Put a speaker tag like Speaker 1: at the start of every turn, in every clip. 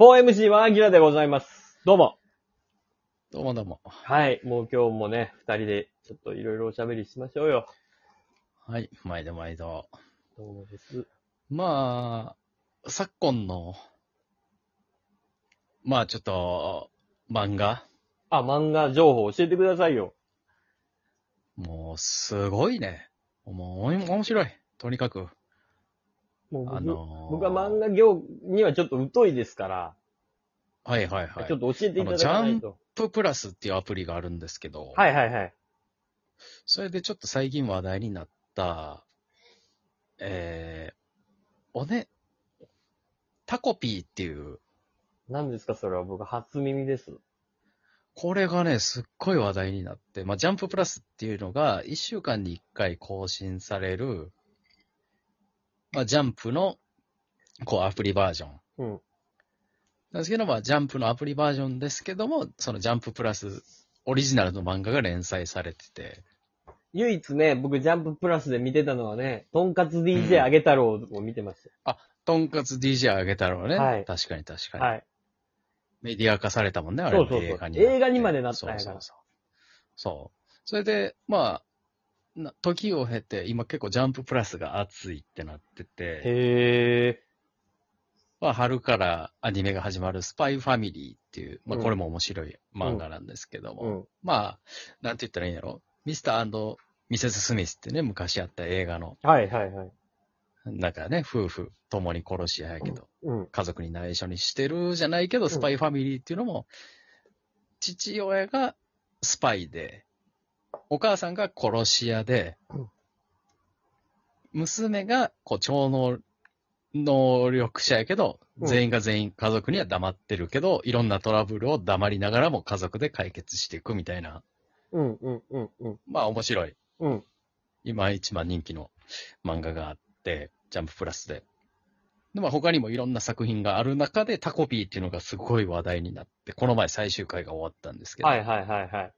Speaker 1: 4MC はアギラでございます。どうも。
Speaker 2: どうもどうも。
Speaker 1: はい。もう今日もね、二人でちょっといろいろおしゃべりしましょうよ。
Speaker 2: はい、毎度毎度。
Speaker 1: どうもです。
Speaker 2: まあ、昨今の、まあちょっと、漫画、
Speaker 1: あ、漫画情報教えてくださいよ。
Speaker 2: もうすごいね。もうおい面白い。とにかく。
Speaker 1: もう僕,、
Speaker 2: あのー
Speaker 1: 僕は漫画業にはちょっと疎いですから、
Speaker 2: はいはいはい。
Speaker 1: ち
Speaker 2: ち
Speaker 1: ょ
Speaker 2: ょ
Speaker 1: っと
Speaker 2: っ
Speaker 1: 教えていただかないと。
Speaker 2: とプラスっていうアプリがあるんですけど、
Speaker 1: はいはいはい。
Speaker 2: それでちょっと最近話題になった、えー、おね、タコピーっていう、
Speaker 1: 何ですかそれは僕初耳です。
Speaker 2: これがね、すっごい話題になって、まあ、ジャンププラスっていうのが、1週間に1回更新される、まあ、ジャンプの、こう、アプリバージョン。
Speaker 1: うん。
Speaker 2: なんですけど、まあ、ジャンプのアプリバージョンですけども、そのジャンププラスオリジナルの漫画が連載されてて、
Speaker 1: 唯一ね、僕ジャンププラスで見てたのはね、とんかつ DJ あげ太郎を見てまし
Speaker 2: とんかつ DJ あげたろうね。
Speaker 1: はい
Speaker 2: 確かに確
Speaker 1: た。
Speaker 2: かに、
Speaker 1: はい。
Speaker 2: メディア化されたもんね、あ
Speaker 1: そ
Speaker 2: れ
Speaker 1: うそうそう
Speaker 2: 映画に。
Speaker 1: 映画にまでなったんやから
Speaker 2: そうそうそう。そう。それで、まあ、な時を経て、今結構ジャンププラスが熱いってなってて、
Speaker 1: へ
Speaker 2: まあ、春からアニメが始まるスパイファミリーっていう、まあ、
Speaker 1: うん
Speaker 2: これも面白い漫画なんですけど
Speaker 1: ー。
Speaker 2: も、
Speaker 1: うん。
Speaker 2: まあ、なんて言ったらいいんやろミスターミセス・スミスってね、昔あった映画の、
Speaker 1: はいはいはい。
Speaker 2: なんかね、夫婦共に殺し合いやけど、
Speaker 1: うん。
Speaker 2: 家族に内緒にしてるじゃないけど、スパイファミリーっていうのも、父親がスパイで、お母さんが殺し屋で
Speaker 1: うん、
Speaker 2: 娘がこう超能能力者やけど、
Speaker 1: うん
Speaker 2: 全員が全員家族には黙ってるけど、いろんなトラブルを黙りながらも家族で解決していくみたいな、
Speaker 1: うんうんうんうん。
Speaker 2: まあ面白い、
Speaker 1: うん。
Speaker 2: 今一番人気の漫画があって、ジャンププラスで。で、まあ他にもいろんな作品がある中で、タコピーっていうのがすごい話題になって、この前最終回が終わったんですけど、
Speaker 1: はいはいはいはい。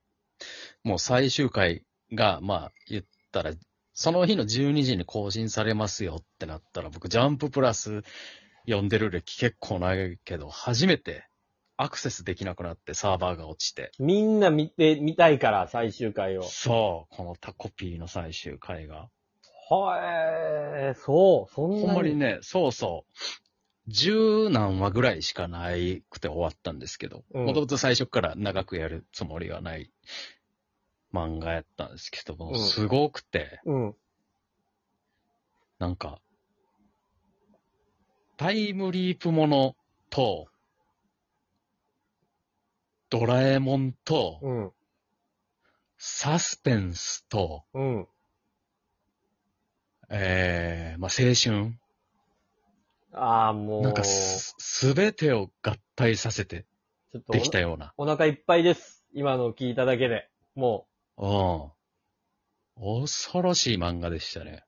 Speaker 2: もう最終回が、まあ言ったら、その日の12時に更新されますよってなったら、僕、ジャンププラス読んでる歴結構長いけど、初めてアクセスできなくなってサーバーが落ちて。
Speaker 1: みんな見て、見たいから、最終回を。
Speaker 2: そう、このタコピーの最終回が。
Speaker 1: はえー、そう、そんなに。
Speaker 2: ほんまにね、そうそう。十何話ぐらいしかないくて終わったんですけど、
Speaker 1: うん
Speaker 2: もともと最初から長くやるつもりはない漫画やったんですけども、
Speaker 1: うん
Speaker 2: すごくて、
Speaker 1: うん。
Speaker 2: なんか、タイムリープものと、ドラえもんと、
Speaker 1: うん。
Speaker 2: サスペンスと、
Speaker 1: うん。
Speaker 2: えー、まあ、青春。
Speaker 1: ああ、もう。
Speaker 2: なんかす、すべてを合体させて
Speaker 1: ちょっと
Speaker 2: できたような。
Speaker 1: お腹いっぱいです。今の聞いただけで。も
Speaker 2: うん。恐ろしい漫画でしたね。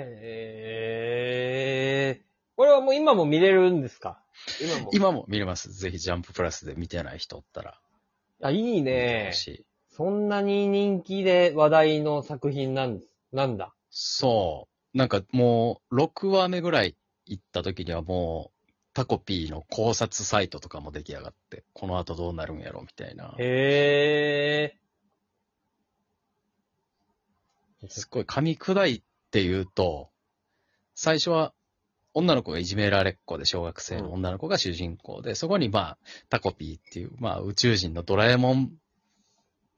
Speaker 1: う。へえ。これはもう今も見れるんですか今も。
Speaker 2: 今も見れます。ぜひジャンププラスで見てない人おったら。
Speaker 1: あ、いい
Speaker 2: 見て
Speaker 1: ね
Speaker 2: ほ。しい。
Speaker 1: そんなに人気で話題の作品なんです。なんだ。
Speaker 2: そう。なんかもう、6話目ぐらい行った時にはもう、タコピーの考察サイトとかも出来上がって、この後どうなるんやろみたいな。
Speaker 1: へえ。
Speaker 2: すごい噛み砕いて言うと、最初は女の子がいじめられっ子で小学生の女の子が主人公で、そこにまあタコピーっていう、まあ宇宙人のドラえもん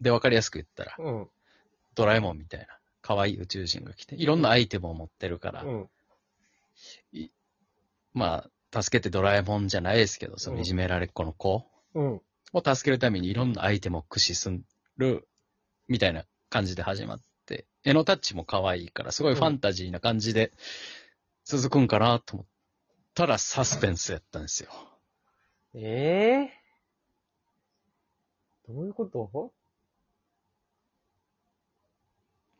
Speaker 2: でわかりやすく言ったら、
Speaker 1: うん。
Speaker 2: ドラえもんみたいな可愛い宇宙人が来て、いろんなアイテムを持ってるから、
Speaker 1: うん。
Speaker 2: まあ助けてドラえもんじゃないですけど、そのいじめられっ子の子
Speaker 1: うん。
Speaker 2: を助けるためにいろんなアイテムを駆使するみたいな感じで始まって、絵のタッチも可愛いから、すごいファンタジーな感じで続くんかなと思ったら、サスペンスやったんですよ。
Speaker 1: ええどういうこと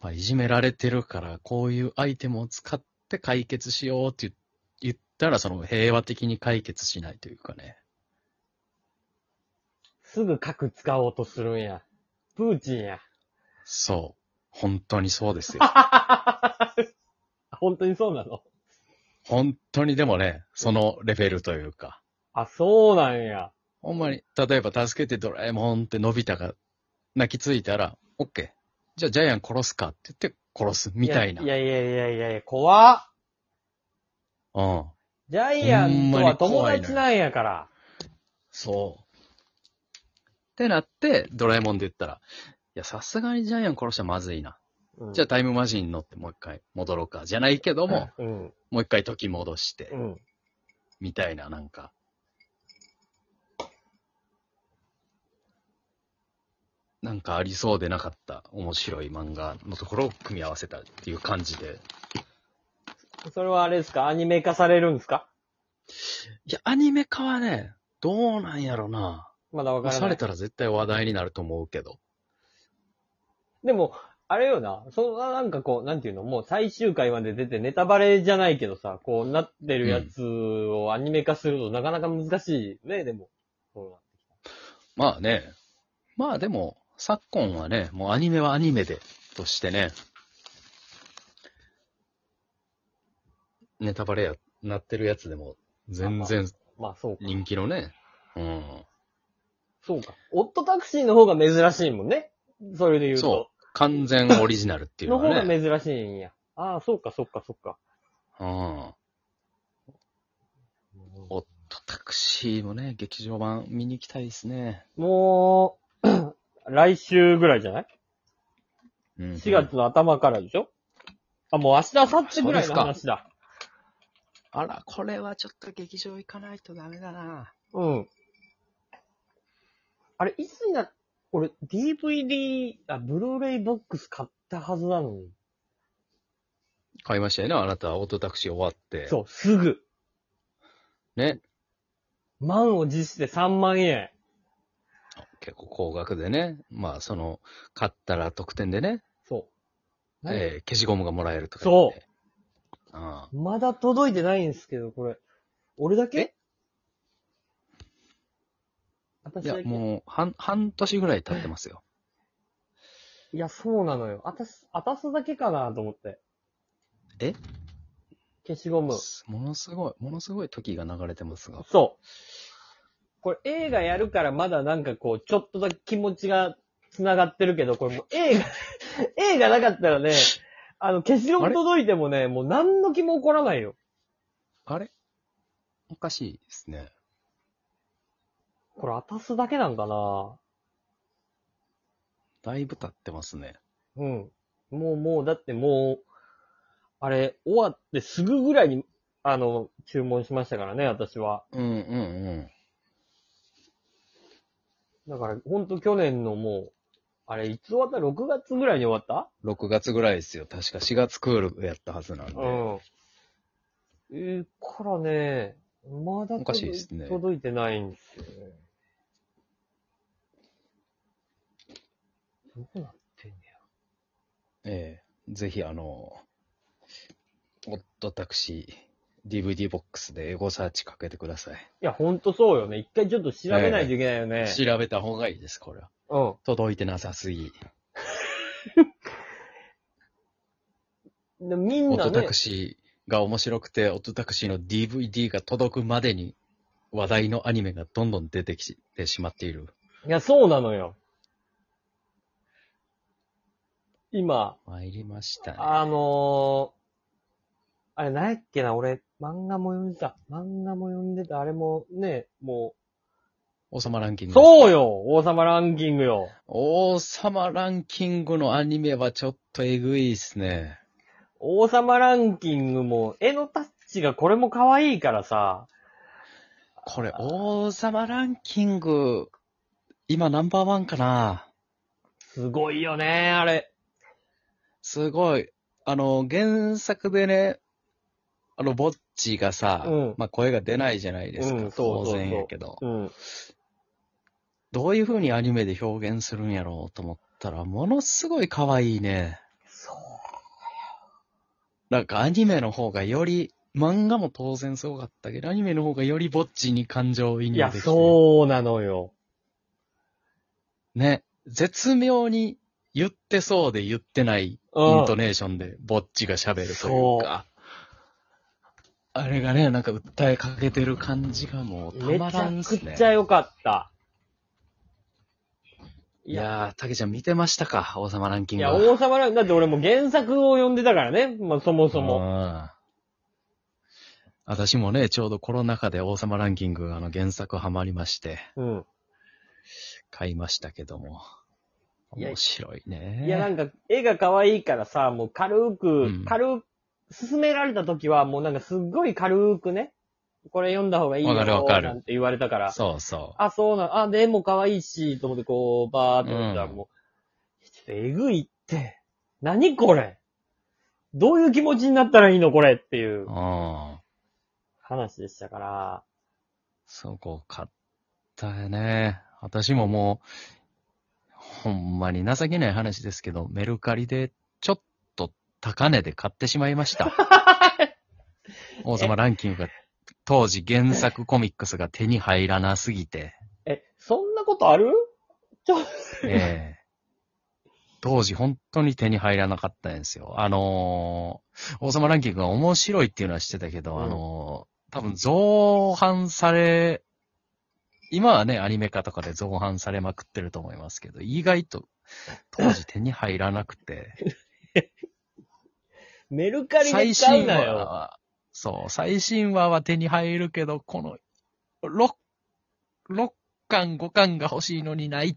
Speaker 2: まあ、いじめられてるから、こういうアイテムを使って解決しようって言ったら、その平和的に解決しないというかね。
Speaker 1: すぐ核使おうとするんや。プーチンや。
Speaker 2: そう。本当にそうですよ。
Speaker 1: 本当にそうなの
Speaker 2: 本当にでもね、そのレベルというか。
Speaker 1: あ、そうなんや。
Speaker 2: ほんまに、例えば助けてドラえもんってのび太が泣きついたら、オッケー。じゃあジャイアン殺すかって言って殺すみたいな。
Speaker 1: いやいやいやいやいや、怖っ。
Speaker 2: うん。
Speaker 1: ジャイアンとは
Speaker 2: ほん
Speaker 1: 友
Speaker 2: まに怖いな
Speaker 1: 達なんやから。
Speaker 2: そう。ってなって、ドラえもんで言ったら、いや、さすがにジャイアン殺したらまずいな。
Speaker 1: うん
Speaker 2: じゃあタイムマシンに乗ってもう一回戻ろうか。じゃないけども、
Speaker 1: うん。
Speaker 2: もう一回時戻して
Speaker 1: う、ん。
Speaker 2: みたいな、なんか。なんかありそうでなかった面白い漫画のところを組み合わせたっていう感じで。
Speaker 1: それはあれですかアニメ化されるんですか
Speaker 2: いや、アニメ化はね、どうなんやろな。
Speaker 1: まだわからない。
Speaker 2: されたら絶対話題になると思うけど。
Speaker 1: でも、あれよな、そんな、なんかこう、なんていうの、もう最終回まで出てネタバレじゃないけどさ、こうなってるやつをアニメ化するとなかなか難しいね、でも。そ
Speaker 2: まあね。まあでも、昨今はね、もうアニメはアニメで、としてね。ネタバレや、なってるやつでも、全然
Speaker 1: うなまあそうか。
Speaker 2: 人気のね。うん。
Speaker 1: そうか。オットタクシーの方が珍しいもんね。それで言う
Speaker 2: そ
Speaker 1: と。
Speaker 2: う。完全オリジナルっていう
Speaker 1: の
Speaker 2: の
Speaker 1: 方
Speaker 2: は
Speaker 1: が
Speaker 2: ね。
Speaker 1: 珍しいんや。ああ、そうか、そうか、そうか。
Speaker 2: うん。おっと、タクシーもね、劇場版見に行きたいですね。
Speaker 1: もう、 来週ぐらいじゃない
Speaker 2: うん。
Speaker 1: ?4 月。の頭からでしょあ、もう明日、明後日ぐらいの話だ。
Speaker 2: あら、これはちょっと劇場行かないとダメだな。
Speaker 1: うん。あれ、いつにな、俺、DVD、あ、ブルーレイボックス買ったはずなのに。
Speaker 2: 買いましたよね、あなた。オートタクシー終わって。
Speaker 1: そう、すぐ。
Speaker 2: う。ね。
Speaker 1: 満を持して3万円。
Speaker 2: 結構高額でね、まあその、買ったら特典でね、
Speaker 1: そう。
Speaker 2: えー消しゴムがもらえるとか、そう。ああ
Speaker 1: まだ届いてないんですけど、これ。俺だけ私
Speaker 2: い
Speaker 1: だ
Speaker 2: や
Speaker 1: け、いや、
Speaker 2: もう、半、半年ぐらい経ってますよ。
Speaker 1: そうなのよ。あたす、あたすだけかなと思って。
Speaker 2: え
Speaker 1: 消しゴム。
Speaker 2: ものすごい、ものすごい時が流れてますが。
Speaker 1: そう。これ映画やるからまだなんかこう、ちょっとだけ気持ちが繋がってるけど、これもう映画、 映画なかったらね、あの、消しゴム届いてもね、もう何の気も起こらないよ。
Speaker 2: あれおかしいですね。
Speaker 1: これ、あたすだけなんかな
Speaker 2: だいぶ経ってますね。
Speaker 1: うん。もう、もう、だってもう、あれ、終わってすぐぐらいに、あの、注文しましたからね、私は。
Speaker 2: うんうんうん。
Speaker 1: だから、ほんと去年のもう、あれ、いつ終わった ?6 月ぐらいに終わった
Speaker 2: 6月ぐらいですよ。確か4月クールやったはずなんで。
Speaker 1: うん。えー、からね、まだ
Speaker 2: おかしいですね
Speaker 1: 届いてないんですよね。どうなってんね
Speaker 2: ええぜひあの、オットタクシー、DVD ボックスでエゴサーチかけてください。
Speaker 1: や。いや、ほんとそうよね。一回ちょっと調べないといけないよね。
Speaker 2: 調べた方がいいです、これは。
Speaker 1: うん。
Speaker 2: 届いてなさすぎ。
Speaker 1: でみ
Speaker 2: オ
Speaker 1: ん
Speaker 2: ッ
Speaker 1: な
Speaker 2: トタ
Speaker 1: ね
Speaker 2: ク、シーが面白くて、オットタクシーの DVD が届くまでに、話題のアニメがどんどん出てきてしまっている。
Speaker 1: いや、そうなのよ。今、
Speaker 2: 参りましたね。
Speaker 1: あのー、あれ、なんやっけな、俺、漫画も読んでた。漫画も読んでた。あれもね、も
Speaker 2: 王様ランキン
Speaker 1: う、
Speaker 2: グ。
Speaker 1: そうよ王様ランキングよ
Speaker 2: 王様ランキングのアニメはちょっとえぐいっすね。
Speaker 1: 王様ランキングも、絵のタッチがこれも可愛いからさ、
Speaker 2: これ、王様ランキング、今ナンバーワンかな
Speaker 1: すごいよね、あれ。
Speaker 2: すごい。あの、原作でね、あの、ぼっちがさ、
Speaker 1: うん
Speaker 2: まあ声が出ないじゃないですか。
Speaker 1: うんそうそうそう
Speaker 2: 当然やけど。
Speaker 1: うん。
Speaker 2: どういう風にアニメで表現するんやろうと思ったら、ものすごい可愛いね。
Speaker 1: そう。
Speaker 2: なんかアニメの方がより、漫画も当然すごかったけど、アニメの方がよりぼっちに感情移
Speaker 1: い
Speaker 2: 入
Speaker 1: や、
Speaker 2: できて。
Speaker 1: そうなのよ。
Speaker 2: ね。絶妙に言ってそうで言ってないイ
Speaker 1: う
Speaker 2: ン
Speaker 1: ん
Speaker 2: ト。ネーションでぼっちが喋るというか。あれがね、なんか訴えかけてる感じがもうた
Speaker 1: めち
Speaker 2: まらん
Speaker 1: ゃ
Speaker 2: っ
Speaker 1: く
Speaker 2: すね。
Speaker 1: ちゃ良かった。
Speaker 2: いやー、たけちゃん見てましたか王様ランキン
Speaker 1: い
Speaker 2: グ。
Speaker 1: や、王様ラン、だって俺も原作を読んでたからね。まあ、そもそも。
Speaker 2: も。私もね、ちょうどコロナ禍で王様ランキング、あの原作ハマりまして、
Speaker 1: うん。
Speaker 2: 買いましたけども。
Speaker 1: いや
Speaker 2: 面白いね。
Speaker 1: いや、なんか、絵が可愛いからさ、もう軽く、
Speaker 2: うん
Speaker 1: 軽く、勧められた時は、もうなんかすっごい軽くね、これ読んだ方がいいよ、
Speaker 2: わかるわかる
Speaker 1: なんて言われたから。
Speaker 2: そうそ
Speaker 1: あ、そうなの。あ、でも可愛いし、と思ってこう、バーって見たら、
Speaker 2: うん
Speaker 1: もう、ちょっとえぐいって。何これどういう気持ちになったらいいのこれっていう
Speaker 2: う。うん。
Speaker 1: 話でしたから。
Speaker 2: そこ買ったよね。私ももう、ほんまに情けない話ですけど、メルカリでちょっと高値で買ってしまいました。王様ランキングが当時原作コミックスが手に入らなすぎて、
Speaker 1: え、そんなことある
Speaker 2: ええ当時本当に手に入らなかったんですよ。あのー王様ランキングが面白いっていうのは知ってたけど、
Speaker 1: うん
Speaker 2: あのー多分造反され、今はね、アニメ化とかで造反されまくってると思いますけど、意外と当時手に入らな くて、
Speaker 1: メルカリで
Speaker 2: 最
Speaker 1: 買う
Speaker 2: 新
Speaker 1: な
Speaker 2: 話
Speaker 1: よ。
Speaker 2: は、そう、最新話は手に入るけど、この6、6巻、5巻が欲しいのにないっ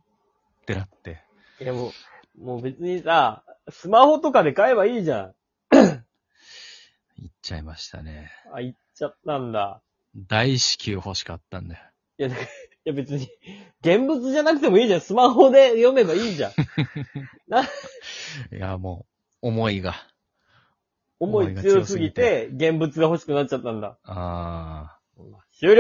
Speaker 2: てなって。
Speaker 1: いや、もう、もう別にさ、スマホとかで買えばいいじゃ
Speaker 2: 行っちゃいましたね。
Speaker 1: ん。あ、行っちゃったんだ。
Speaker 2: 大至急欲しかったんだよ。
Speaker 1: いや、だからいや別に、現物じゃなくてもいいじゃん。スマホで読めばいいじゃん。
Speaker 2: いや、もう、思いが。
Speaker 1: 思い強すぎて、現物が欲しくなっちゃったんだ。
Speaker 2: ああ。
Speaker 1: マ